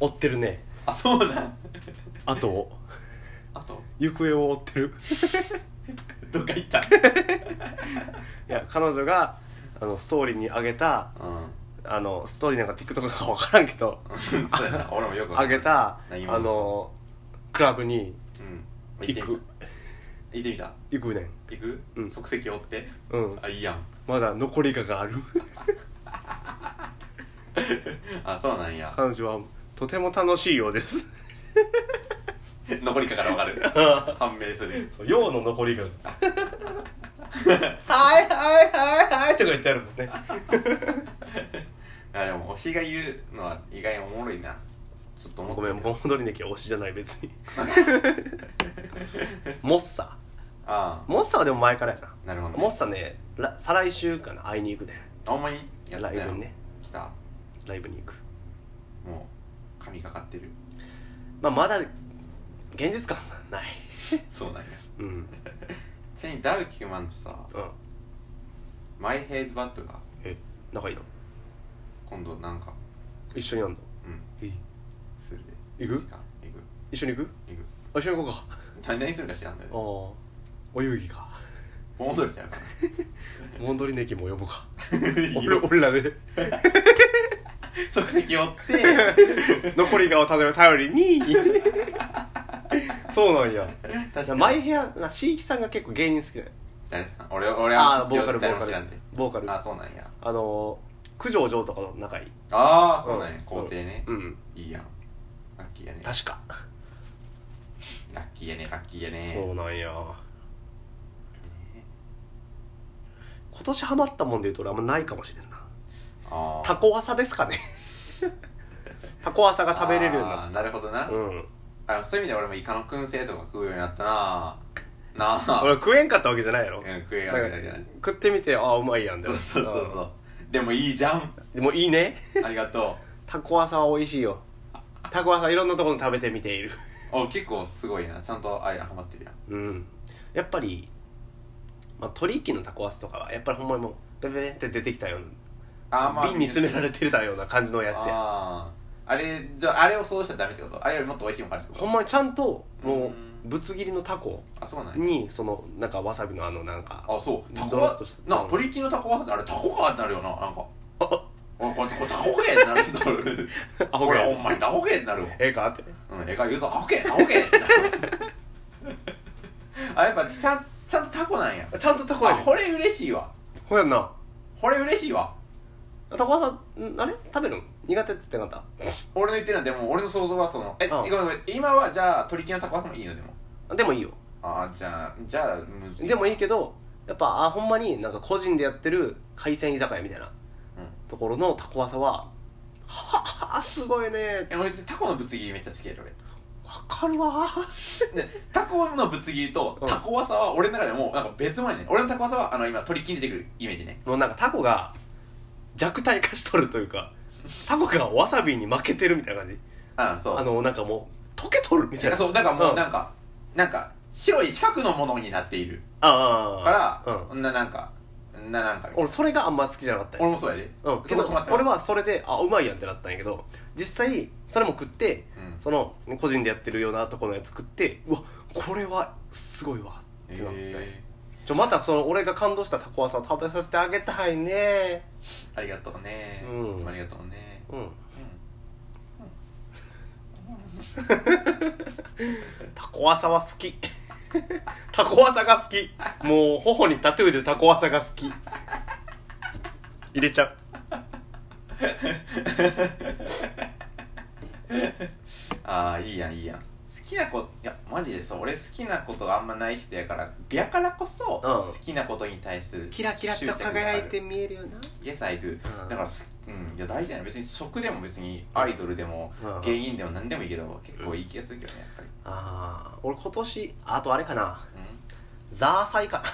Speaker 1: 追ってるね
Speaker 2: あそう なん
Speaker 1: あと
Speaker 2: あと
Speaker 1: 行方を追ってる
Speaker 2: どっか行った
Speaker 1: いや彼女があのストーリーに上げた
Speaker 2: うん
Speaker 1: あのストーリーなんか TikTok か分からんけど
Speaker 2: そうやな俺もよくわ
Speaker 1: 上
Speaker 2: かんない
Speaker 1: げたあ
Speaker 2: 何者
Speaker 1: のクラブに
Speaker 2: うん
Speaker 1: 行く
Speaker 2: 行ってみた
Speaker 1: 行くねん
Speaker 2: 行く、
Speaker 1: うん
Speaker 2: 即席追って
Speaker 1: うん
Speaker 2: あいいやん
Speaker 1: まだ残りががあ る
Speaker 2: あそうなんや
Speaker 1: 彼女はとても楽しいようです
Speaker 2: 残りかからわか る判明する
Speaker 1: ようの残りが はいはいはいはいとか言ってあるもんね
Speaker 2: あでも推しが言うのは意外におもろいなちょっと思っ
Speaker 1: ご
Speaker 2: た
Speaker 1: めん盆踊り歴は推しじゃない別 にモッサ
Speaker 2: あ
Speaker 1: モッサはでも前からやな
Speaker 2: あなるほど、ね、
Speaker 1: モッサねら再来週かな会いに行くで
Speaker 2: あほんまにやった
Speaker 1: ライ
Speaker 2: や
Speaker 1: ブ
Speaker 2: ん
Speaker 1: にね
Speaker 2: 来た
Speaker 1: ライブに行く、
Speaker 2: もう神かかってる
Speaker 1: まあ、まだ現実感が ない
Speaker 2: そうなんや
Speaker 1: うんうん
Speaker 2: ちなみにダウキューマンってさマイヘイズバットが
Speaker 1: え仲いいの
Speaker 2: 今度なんか
Speaker 1: 一緒にやんの
Speaker 2: うん
Speaker 1: え
Speaker 2: するで
Speaker 1: 行く
Speaker 2: 時間行く
Speaker 1: 一緒に行く
Speaker 2: 行く
Speaker 1: あ一緒に行こうか
Speaker 2: 何何するか知らんけ
Speaker 1: ああ
Speaker 2: ど
Speaker 1: お遊戯か
Speaker 2: 盆踊りちゃうか
Speaker 1: 盆踊りネキも呼ぼう か
Speaker 2: ら
Speaker 1: 俺俺らで
Speaker 2: 即席 追って
Speaker 1: 残りがを頼頼り にそうなんや
Speaker 2: 確かに
Speaker 1: マイヘアな椎木さんが結構芸人好きだよ
Speaker 2: 誰さん俺俺
Speaker 1: あ
Speaker 2: は
Speaker 1: あボーカルボ
Speaker 2: 誰
Speaker 1: ー
Speaker 2: も
Speaker 1: カ
Speaker 2: 知らん
Speaker 1: ル
Speaker 2: で
Speaker 1: ボーカル
Speaker 2: あ
Speaker 1: あ
Speaker 2: そうなんや
Speaker 1: のー九条城とかの仲いい
Speaker 2: ああそうなんや皇帝ね
Speaker 1: うん
Speaker 2: いいやんラッキーやね
Speaker 1: 確か
Speaker 2: ラッキーやねラッキーやね
Speaker 1: そうなんや今年ハマったもんで言うと俺あんまないかもしれんな
Speaker 2: あ
Speaker 1: タコワサですかね タコワサが食べれるように
Speaker 2: な
Speaker 1: なっ
Speaker 2: なるほどな
Speaker 1: たうん
Speaker 2: あそういう意味で俺もイカの燻製とか食うようになったななあ
Speaker 1: 俺食えんかったわけじゃないやろ
Speaker 2: うん食え
Speaker 1: な
Speaker 2: よ
Speaker 1: ん
Speaker 2: う
Speaker 1: か
Speaker 2: になったじゃない
Speaker 1: 食ってみてああうまいやんで
Speaker 2: そうそうそうそうでもいいじゃん
Speaker 1: でもいいね
Speaker 2: ありがと
Speaker 1: タコワサは美味しいよタコワサいろんなところで食べてみている
Speaker 2: うお結構すごいなちゃんとあれハマってるやん
Speaker 1: うんやっぱり、まあ、鳥貴のタコワスとかはやっぱりほんまにもうベベベって出てきたよう
Speaker 2: あ
Speaker 1: な、
Speaker 2: ーまあ
Speaker 1: 瓶に詰められてたような感じのやつや
Speaker 2: あーあれじゃああれをそうしたらダメってことあれよりもっと美味しいもんあるってこと
Speaker 1: ほんまにちゃんとも
Speaker 2: う
Speaker 1: うぶつ切りのタコ
Speaker 2: あそうなんや
Speaker 1: にそのなんかわさびのあのなんか
Speaker 2: あそうタコ
Speaker 1: ドロッ
Speaker 2: は
Speaker 1: とした
Speaker 2: な
Speaker 1: うん
Speaker 2: 鳥貴のタコはってあれタコかってなるよななんか
Speaker 1: あ
Speaker 2: おいこれこれタコけってなるな る
Speaker 1: アホ
Speaker 2: 俺
Speaker 1: が
Speaker 2: ほんまにタコけってなるわ
Speaker 1: ええかって
Speaker 2: うんえが言うぞタコけタコけってなる あやっぱちゃんちゃんとタコなんや
Speaker 1: ちゃんとタコ
Speaker 2: あ
Speaker 1: やね
Speaker 2: これ嬉しいわ
Speaker 1: ほやんな
Speaker 2: これ嬉しいわ
Speaker 1: タコワサんあれ食べるん苦手っつってなかっ
Speaker 2: 俺の言ってるのはでも俺の想像はそのえ
Speaker 1: ああ
Speaker 2: ごめんごめん今はじゃあ鳥貴のタコはもいいのでも
Speaker 1: たでもいいよ
Speaker 2: ああじゃあじゃあむずい
Speaker 1: でもいいけどやっぱあほんまになんか個人でやってる海鮮居酒屋みたいな
Speaker 2: うん
Speaker 1: ところのタコワサははあすごいね
Speaker 2: え俺タコのぶつ切りめっちゃ好きやで俺
Speaker 1: わかるわ
Speaker 2: ね、タコのぶつ切りと
Speaker 1: うん
Speaker 2: タコワサは俺の中でもうなんか別物やね俺のタコワサはあの今鳥金出てくるイメージね
Speaker 1: もうなんかタコが弱体化しとるというかタコがわさびに負けてるみたいな感じ
Speaker 2: うんそう
Speaker 1: あのなんかもう溶けとるみたいな
Speaker 2: そうなんかもうな
Speaker 1: か
Speaker 2: んか、なんか白い四角のものになっている
Speaker 1: ああああ
Speaker 2: から、
Speaker 1: うん
Speaker 2: ん、ななんかんななんか
Speaker 1: 俺それがあんま好きじゃなかったよ
Speaker 2: 俺もそうやで
Speaker 1: うん、けど
Speaker 2: そこ止まってます
Speaker 1: 俺はそれであうまいやんってなったんやけど実際それも食って
Speaker 2: うん
Speaker 1: その個人でやってるようなとこのやつ食ってうわこれはすごいわってなったんや
Speaker 2: え
Speaker 1: ちょまたその俺が感動したタコワさを食べさせてあげたいね
Speaker 2: ー、ありがとうね、
Speaker 1: うん
Speaker 2: いつもありがとうね
Speaker 1: うん
Speaker 2: う、
Speaker 1: タコワさは好き タコワさが好きもう頬にタトゥーでタコワさが好き入れちゃうん
Speaker 2: ああいいやんいいやん好きなこといやマジでそう俺好きなことがあんまない人やからやからこそ、
Speaker 1: うん
Speaker 2: 好きなことに対する
Speaker 1: キラキラと
Speaker 2: 執着がある
Speaker 1: 輝いて見えるよな
Speaker 2: Yes, I do、
Speaker 1: うん
Speaker 2: だからす、うん、いや大事だよ別に食でも別にアイドルでも、
Speaker 1: うん
Speaker 2: 芸人でも何でもいいけど結構いい気がするけどねやっぱり
Speaker 1: ああ俺今年あとあれかな
Speaker 2: う
Speaker 1: ザーサイかな
Speaker 2: ああ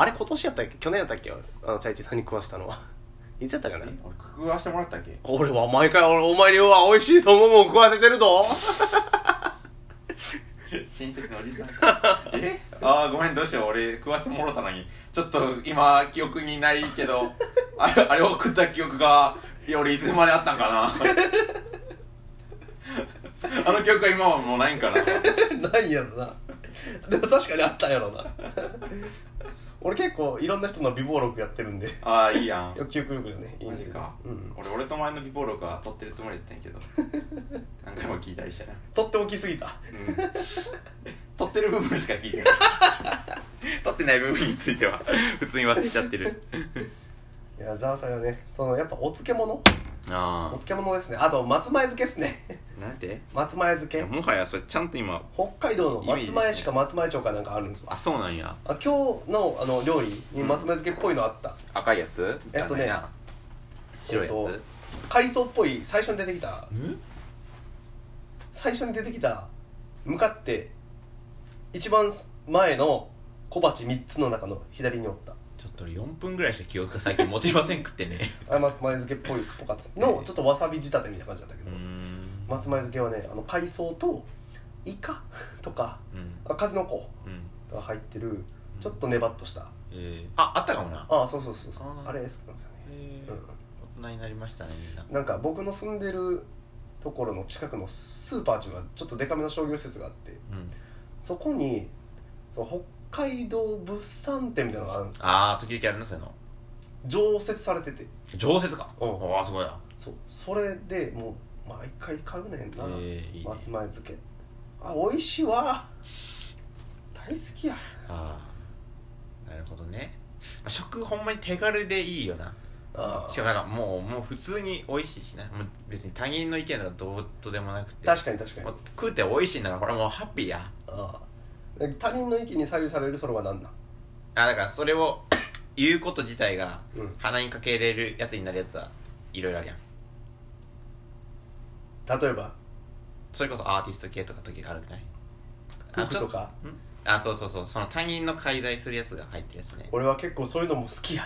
Speaker 1: あれ今年やったっけ去年やったっけあのチャイチさんに食わしたのは いつやったかな
Speaker 2: え俺工夫はしてもらったっけ
Speaker 1: 俺は毎回俺お前には美味しいと思うもん食わせてる ぞ
Speaker 2: 親戚のおじさん えああごめんどうしよう俺食わせてもろたのにちょっと今記憶にないけ どあれあれを食った記憶がいや俺いつまであったん かなあの記憶は今はもうないんか な
Speaker 1: ないやろなでも確かにあったんやろな 俺結構いろんな人の備忘録やってるんで
Speaker 2: ああいいやん
Speaker 1: 記憶力ねいいん
Speaker 2: マ
Speaker 1: で
Speaker 2: ジか、
Speaker 1: うん、
Speaker 2: 俺俺と前の備忘録は取ってるつもりだったんやけ ど何回も聞いたりしてな、
Speaker 1: とっておきすぎた
Speaker 2: うん、取ってる部分しか聞いてない 取ってない部分については普通に忘れちゃってる
Speaker 1: いやザーサイはねそのやっぱお漬物お
Speaker 2: あ
Speaker 1: 漬物ですねあと松前漬けですね
Speaker 2: あなんて
Speaker 1: 松前漬
Speaker 2: いや
Speaker 1: け
Speaker 2: もはやそれちゃんと今
Speaker 1: 北海道の松前市か松前町かなんかあるんですよ
Speaker 2: あそうなんや
Speaker 1: あ今日のあの料理に松前漬けっぽいのあった、
Speaker 2: 赤いやつ
Speaker 1: えっとね
Speaker 2: じゃないな白いやつ、
Speaker 1: えっ海藻っぽい最初に出てきた最初に出てきた向かって一番前の小鉢3つの中の左におった
Speaker 2: ちょっと俺4分ぐらいしか記憶が最近持てませんくって ね
Speaker 1: あれ松前漬けっぽいっぽかったですのちょっとわさび仕立てみたいな感じだったけ
Speaker 2: う
Speaker 1: ど、
Speaker 2: ーん
Speaker 1: 松前漬けはねあの海藻とイカとか
Speaker 2: うん
Speaker 1: あ数の子
Speaker 2: うん
Speaker 1: が入ってるちょっとネバっとした
Speaker 2: えー、ああったかもな
Speaker 1: ああそうそうそうそう
Speaker 2: あー
Speaker 1: あれ好きなんですよね、
Speaker 2: えー
Speaker 1: う、
Speaker 2: 大人になりましたねみんなん
Speaker 1: なんか僕の住んでるところの近くのスーパー中がちょっとデカめの商業施設があって
Speaker 2: うん
Speaker 1: そこにその北海道物産展みたいなのがあるんですよ
Speaker 2: ああ時々ありますよの
Speaker 1: 常設されてて
Speaker 2: 常設か
Speaker 1: うん
Speaker 2: おあすごいな
Speaker 1: そうそれでもう毎回買うねんな、
Speaker 2: えー、いいね
Speaker 1: 松前漬けあ美味しいわ大好きや
Speaker 2: ああなるほどねまあ食ほんまに手軽でいいよな
Speaker 1: あ
Speaker 2: し
Speaker 1: ー
Speaker 2: かもなんかもうもう普通に美味しいしなもう別に他人の意見とかどうとでもなくて
Speaker 1: 確かに確かに
Speaker 2: もう食うて美味しいんだからこれもうハッピーや
Speaker 1: ああで他人の意見に左右されるそれは何なん
Speaker 2: あだからそれを 言うこと自体が
Speaker 1: うん
Speaker 2: 鼻にかけれるやつになるやつはいろいろあるやん
Speaker 1: 例えば
Speaker 2: それこそアーティスト系とか時があるくないあ
Speaker 1: 服
Speaker 2: ちょ
Speaker 1: と
Speaker 2: っ
Speaker 1: か
Speaker 2: んあそうそうそうその他人の介在するやつが入ってるや つね
Speaker 1: 俺は結構そういうのも好 きや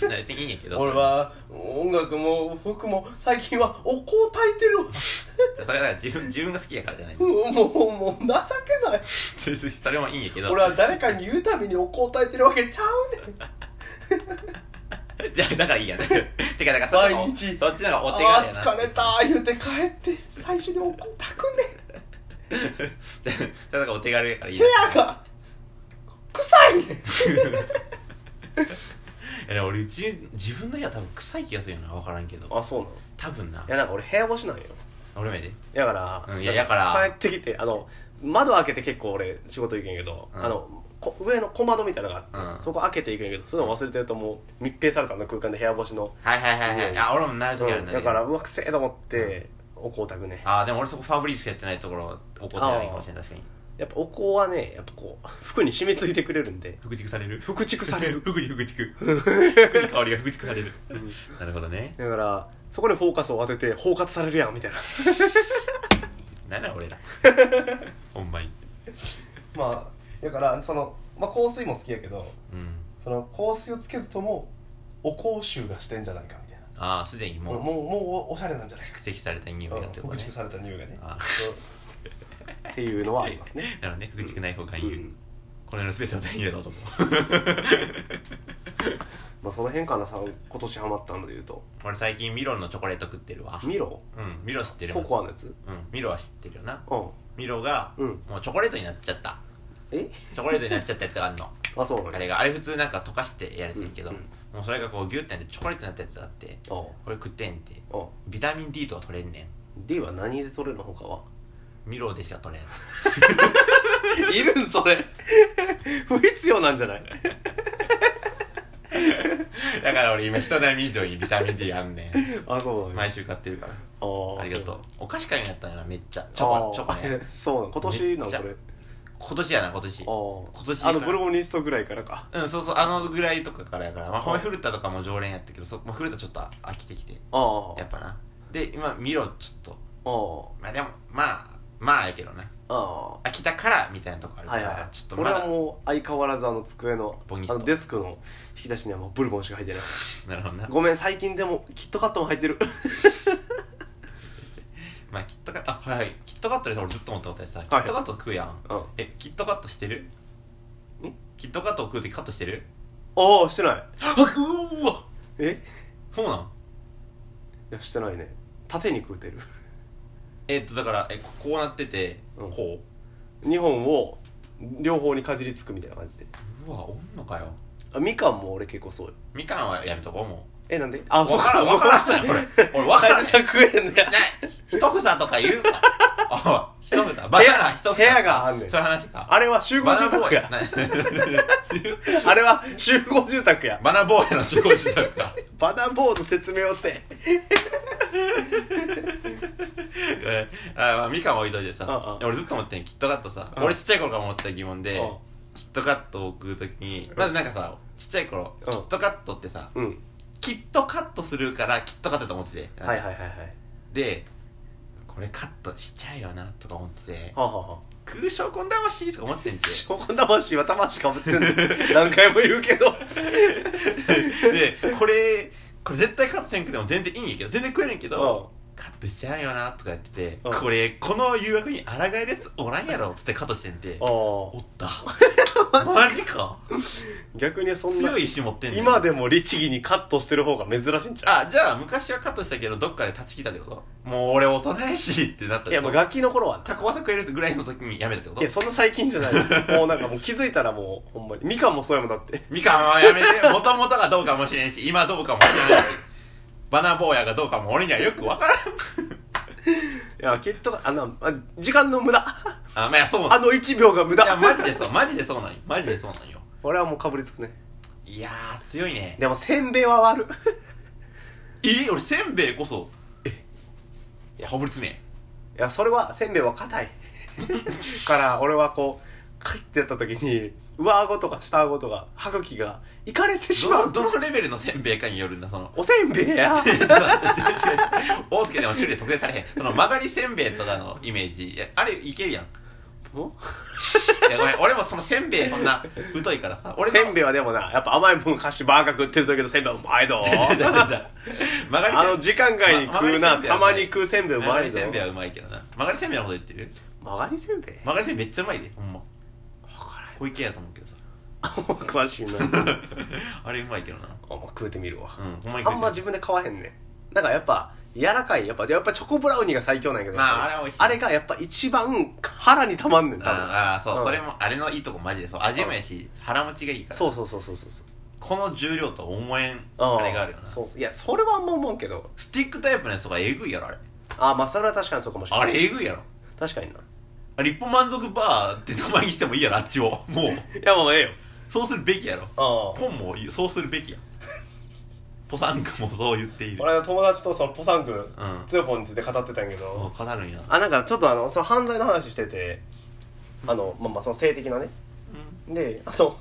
Speaker 2: いや別にいいねんけど
Speaker 1: 俺は音楽も服も最近はお香炊いてるわ
Speaker 2: それそれはだから自分自分が好きやからじゃない
Speaker 1: もうもうもう情けない
Speaker 2: それもいいんやけど
Speaker 1: 俺は誰かに言うたびにお香炊いてるわけちゃうねん
Speaker 2: じゃあだからいいやん てかだからそっちの
Speaker 1: 毎日
Speaker 2: そっちの方がお手
Speaker 1: ああ
Speaker 2: 軽やな
Speaker 1: 疲れた言うて帰って最初にお香炊くねん
Speaker 2: じゃあだからお手軽やからいい
Speaker 1: 部
Speaker 2: や
Speaker 1: 屋が臭いねん
Speaker 2: いや俺うち自分の部屋多分臭い気がするよな分からんけど
Speaker 1: あそうなの
Speaker 2: 多分ない
Speaker 1: やなんか俺部屋干しなんよ
Speaker 2: 俺目で
Speaker 1: やから、
Speaker 2: うんいややから
Speaker 1: 帰ってきてあの窓開けて結構俺仕事行けんけど、
Speaker 2: うん
Speaker 1: あのこ上の小窓みたいなのがあって、
Speaker 2: うん
Speaker 1: そこ開けていくんやけどそういうの忘れてるともう密閉されたあの空間で部屋干しの、
Speaker 2: はいはいはいはいあ俺もなる時あるんだ
Speaker 1: だからうわくせえと思って、お香炊くね
Speaker 2: あーでも俺そこファブリーしかやってないところ怒ってないかもしれない確かに
Speaker 1: やっぱお香はねやっぱこう服に染みついてくれるんで
Speaker 2: 復築される
Speaker 1: 復築され る
Speaker 2: 服に復築服に香りが復築されるなるほどね
Speaker 1: だからそこにフォーカスを当てて包括されるやんみたいな
Speaker 2: なんだ 俺らほんまに
Speaker 1: まあだからその、まあ、香水も好きやけど
Speaker 2: うん
Speaker 1: その香水をつけずともお香臭がしてんじゃないかみたいな
Speaker 2: ああすでに
Speaker 1: も
Speaker 2: も
Speaker 1: う
Speaker 2: う
Speaker 1: もうもうおしゃれなんじゃない
Speaker 2: 蓄積された匂いがってこと
Speaker 1: 駆
Speaker 2: ね
Speaker 1: 逐された匂いがね
Speaker 2: あ
Speaker 1: そうっていうのはあります ね
Speaker 2: なので復築ない方がいい、
Speaker 1: うん
Speaker 2: この世の全てを手に入れた男
Speaker 1: まあその辺かなさ今年ハマったので言うと
Speaker 2: 俺最近ミロのチョコレート食ってるわ
Speaker 1: ミロ
Speaker 2: うんミロ知ってる
Speaker 1: ココアのやつ
Speaker 2: うんミロは知ってるよな
Speaker 1: うん
Speaker 2: ミロが、
Speaker 1: うん
Speaker 2: もうチョコレートになっちゃった
Speaker 1: え
Speaker 2: チョコレートになっちゃったやつがあるの
Speaker 1: あそうなん
Speaker 2: あ
Speaker 1: や
Speaker 2: れがあれ普通なんか溶かしてやるやつやけど、
Speaker 1: うんうん
Speaker 2: もうそれがこうギュッてなってチョコレートになったやつがあって
Speaker 1: あ
Speaker 2: これ食ってんって
Speaker 1: ああ
Speaker 2: ビタミン D とか取れんねん
Speaker 1: D は何で取れるの他 は
Speaker 2: ミロでしか 取れん
Speaker 1: いるんそれ 不必要なんじゃない
Speaker 2: だから俺今人並み以上にビタミン D あんね
Speaker 1: あそうんなん
Speaker 2: 毎
Speaker 1: や
Speaker 2: 週買ってるから
Speaker 1: あ
Speaker 2: ありがとうお菓子買いになったんやなめっちゃチ
Speaker 1: そ
Speaker 2: ョコ
Speaker 1: う
Speaker 2: チョコ ね
Speaker 1: あそうなん今年なのそれ
Speaker 2: めっ今年やな今年
Speaker 1: あ
Speaker 2: 今年
Speaker 1: ああのブルゴニストぐらいからか
Speaker 2: うんそうそうあのぐらいとかからやからまあほんま古田とかも常連やったけどそもう古田ちょっと飽きてきて
Speaker 1: あああ
Speaker 2: やっぱなで今見ろちょっと
Speaker 1: あ
Speaker 2: まあでもまあまあやけどな
Speaker 1: ああ
Speaker 2: あ来たからみたいなとこあ
Speaker 1: あ
Speaker 2: るか
Speaker 1: はい
Speaker 2: ら、
Speaker 1: はい
Speaker 2: ちょっとま
Speaker 1: 俺は
Speaker 2: だ
Speaker 1: もう相変わらずあの机の
Speaker 2: ボニス
Speaker 1: あ
Speaker 2: ト
Speaker 1: のデスクの引き出しにはもうブルボンしか入ってない
Speaker 2: なるほどな
Speaker 1: ごめん最近でもキットカットも入ってる
Speaker 2: まあキットカットあはいはいキットカットでさ俺ずっと思ったことでさ、
Speaker 1: い
Speaker 2: キットカット食うやん
Speaker 1: うん
Speaker 2: えキットカットしてる
Speaker 1: ん
Speaker 2: キットカットを食うときカットしてる
Speaker 1: ああしてない
Speaker 2: あうわ
Speaker 1: え
Speaker 2: そうなん
Speaker 1: いやしてないね縦に食うてる
Speaker 2: えっとだからえここうなってて、
Speaker 1: うん
Speaker 2: こ
Speaker 1: 2本を両方にかじりつくみたいな感じで
Speaker 2: ううわおんのかよ
Speaker 1: あみかんも俺結構そうよ
Speaker 2: みかんはやめとこうも
Speaker 1: えなんであ
Speaker 2: う分からん分から んさこれ俺分からん
Speaker 1: さ食えんね
Speaker 2: 一房とか言 うかおい一房バナナ一房
Speaker 1: 部屋があんねん
Speaker 2: そういう話か
Speaker 1: あれは集合
Speaker 2: バナ
Speaker 1: 住
Speaker 2: ナボ
Speaker 1: 宅
Speaker 2: ーイ
Speaker 1: や あれは集合住宅や
Speaker 2: バナナボーイの集合住宅 か
Speaker 1: バナボード説明をせ
Speaker 2: えーあーまあみかんは置いといて
Speaker 1: うん
Speaker 2: さ
Speaker 1: うん
Speaker 2: 俺ずっと思ってんキットカットさ
Speaker 1: うん
Speaker 2: 俺ちっちゃい頃から思ってた疑問で
Speaker 1: うん
Speaker 2: キットカットを食うときにまずなんかさちっちゃい頃
Speaker 1: うん
Speaker 2: キットカットってさ
Speaker 1: うん
Speaker 2: キットカットするからキットカットと思ってて
Speaker 1: はいはいはいはい
Speaker 2: でこれカットしちゃうよなとか思ってて
Speaker 1: はあ、はあは
Speaker 2: 空想魂魂とか思ってんて
Speaker 1: あ、こん魂は魂かぶ ってんの何回も言うけど
Speaker 2: でこれこれ絶対カットせんくても全然いいんやけど全然食えねんけどカットしちゃうよなとかやってて
Speaker 1: うん
Speaker 2: これこの誘惑に抗えるやつおらんやろっつってカットしてんて
Speaker 1: あ
Speaker 2: お
Speaker 1: あ
Speaker 2: った マジか
Speaker 1: 逆にそんな
Speaker 2: 強い石持ってんねん
Speaker 1: 今でも律儀にカットしてる方が珍しいんちゃ
Speaker 2: あじゃあ昔はカットしたけどどっかで断ち切ったってこともう俺大人やしってなった
Speaker 1: ういやもう
Speaker 2: う
Speaker 1: 楽器の頃はね
Speaker 2: タコワサ食えるぐらいの時にやめたってこ
Speaker 1: いや
Speaker 2: と
Speaker 1: そんな最近じゃ ないもうなんかもう気づいたらもうほんまにみかんもそうやもんだって
Speaker 2: みかんはやめてもともとがどうかもしれんし今どうかもしれないしバナボーヤがどうかも俺にはよくわからん
Speaker 1: いやきっとあのあ時間の無駄
Speaker 2: あまあそうな
Speaker 1: あ
Speaker 2: んい
Speaker 1: の1秒が無駄
Speaker 2: やマジでそうマジでそうなんよマジでそうなんよ
Speaker 1: 俺はもうかぶりつくね
Speaker 2: いやー強いね
Speaker 1: でもせんべいは悪
Speaker 2: え俺せんべいこそえかぶりつくね
Speaker 1: いやそれはせんべいは 硬いから俺はこうカイってやった時に上顎とか下顎とか歯茎がいかれてしま
Speaker 2: どの
Speaker 1: う
Speaker 2: どのレベルのせんべいかによるんだその
Speaker 1: おせんべい や
Speaker 2: 違う違う違う大塚でも種類特定されへんその曲がりせんべいとかのイメージいやあれいけるやん
Speaker 1: も
Speaker 2: いやごめん俺もそのせんべいそんな疎いからさ
Speaker 1: う
Speaker 2: 俺
Speaker 1: せんべ
Speaker 2: い
Speaker 1: いはでもなやっぱ甘いもん菓子ばーか食ってる時のせんべいはうまいど
Speaker 2: 違う違う違う曲がり
Speaker 1: あの
Speaker 2: せん
Speaker 1: 時間外に食うな、
Speaker 2: ま
Speaker 1: たまに食うせんべいう
Speaker 2: 曲が
Speaker 1: まい
Speaker 2: り
Speaker 1: ぞ
Speaker 2: せんべいはうまいけどな曲がりせんべいのこと言ってる
Speaker 1: 曲がりせんべい
Speaker 2: 曲がりせんべいめっちゃうまいでほんま
Speaker 1: 分から
Speaker 2: 小池やと思うけどさ
Speaker 1: ん詳しいな
Speaker 2: あれうまいけどな
Speaker 1: あ、まあ、食うてみるわ、
Speaker 2: うんほんまに食うてみる
Speaker 1: あんま自分で買わへんねなんかやっぱ柔らかいやっぱやっぱチョコブラウニーが最強なんやけど、
Speaker 2: まあ
Speaker 1: やっぱり
Speaker 2: あれは美味しい
Speaker 1: あれがやっぱ一番腹にたまんねん多分
Speaker 2: ああそう、
Speaker 1: うん
Speaker 2: それもあれのいいとこマジでそう味もやし腹持ちがいいから
Speaker 1: そうそうそうそうそうそう
Speaker 2: この重量とは思えん
Speaker 1: うん
Speaker 2: あれがあるよな
Speaker 1: そうそういやそれはあんま思うけど
Speaker 2: スティックタイプのやつとかえぐいやろあれ
Speaker 1: ああまあそれは確かにそうかもしれな
Speaker 2: あ
Speaker 1: い
Speaker 2: れえぐいやろ
Speaker 1: 確かにな
Speaker 2: あ日本満足バーって名前にしてもいいやろあっちをもう
Speaker 1: いやもうええよ
Speaker 2: そうするべきやろ
Speaker 1: ああ
Speaker 2: ポンもそうするべきやポサンクもそう言っている
Speaker 3: 俺の友達とそのポサン君
Speaker 2: うん
Speaker 3: つよぽんについて語ってたんやけ
Speaker 2: もう
Speaker 3: ど、
Speaker 2: 語るんや
Speaker 1: あなんかちょっとあのその犯罪の話しててあのまあまあその性的なね
Speaker 2: う
Speaker 1: であの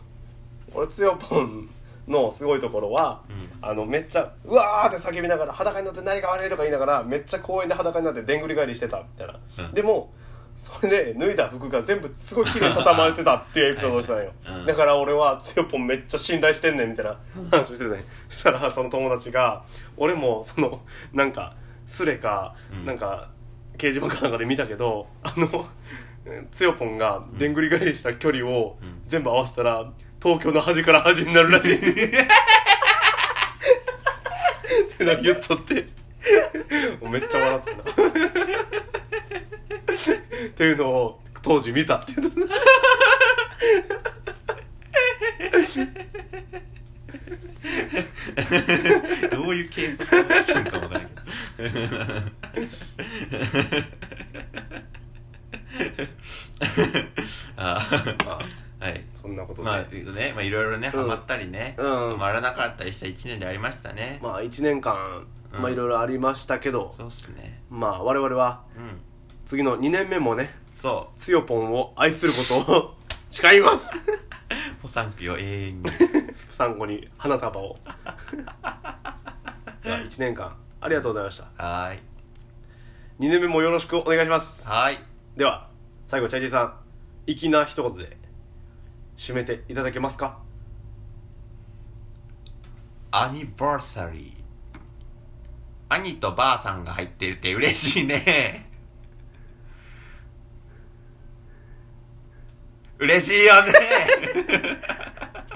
Speaker 1: 俺つよぽんのすごいところは、
Speaker 2: う
Speaker 1: あのめっちゃ「うわ!」って叫びながら裸になって何か悪いとか言いながらめっちゃ公園で裸になってでんぐり返りしてたみたいな、
Speaker 2: うん
Speaker 1: でもそれで脱いだ服が全部すごい綺麗に畳まれてたっていうエピソードをしたんよ、
Speaker 2: うん
Speaker 1: だから俺はつよぽんめっちゃ信頼してんねんみたいな話をしてたねそしたらその友達が俺もそのなんかスレか、
Speaker 2: うん
Speaker 1: なんか掲示板かなんかで見たけどあのつよぽんがでんぐり返りした距離を
Speaker 2: ん
Speaker 1: 全部合わせたら東京の端から端になるらしいってなんか言っとってもうめっちゃ笑ったなっていうのを当時見たって言って た
Speaker 2: んどういう計算をしたんかわからんけど ああはい
Speaker 1: そんなことで、
Speaker 2: まあね、まあいろいろね、
Speaker 1: うん
Speaker 2: ハマったりね、
Speaker 1: うん
Speaker 2: ハマらなかったりした一年でありましたね。
Speaker 1: まあ1年間、
Speaker 2: うん
Speaker 1: まあいろいろありましたけど
Speaker 2: そうっすね。
Speaker 1: まあ我々は
Speaker 2: うん。
Speaker 1: 次の2年目もね
Speaker 2: そ
Speaker 1: つよぽんを愛することを 誓います
Speaker 2: う。ポサンクよ、永遠に。
Speaker 1: 産後に花束を では1年間ありがとうございました
Speaker 2: はーい。
Speaker 1: 2年目もよろしくお願いします
Speaker 2: はーい。
Speaker 1: では最後チャイジーさん粋な一言で締めていただけますか
Speaker 2: アニバーサリー兄とばあさんが入ってるって嬉しいね嬉しいよね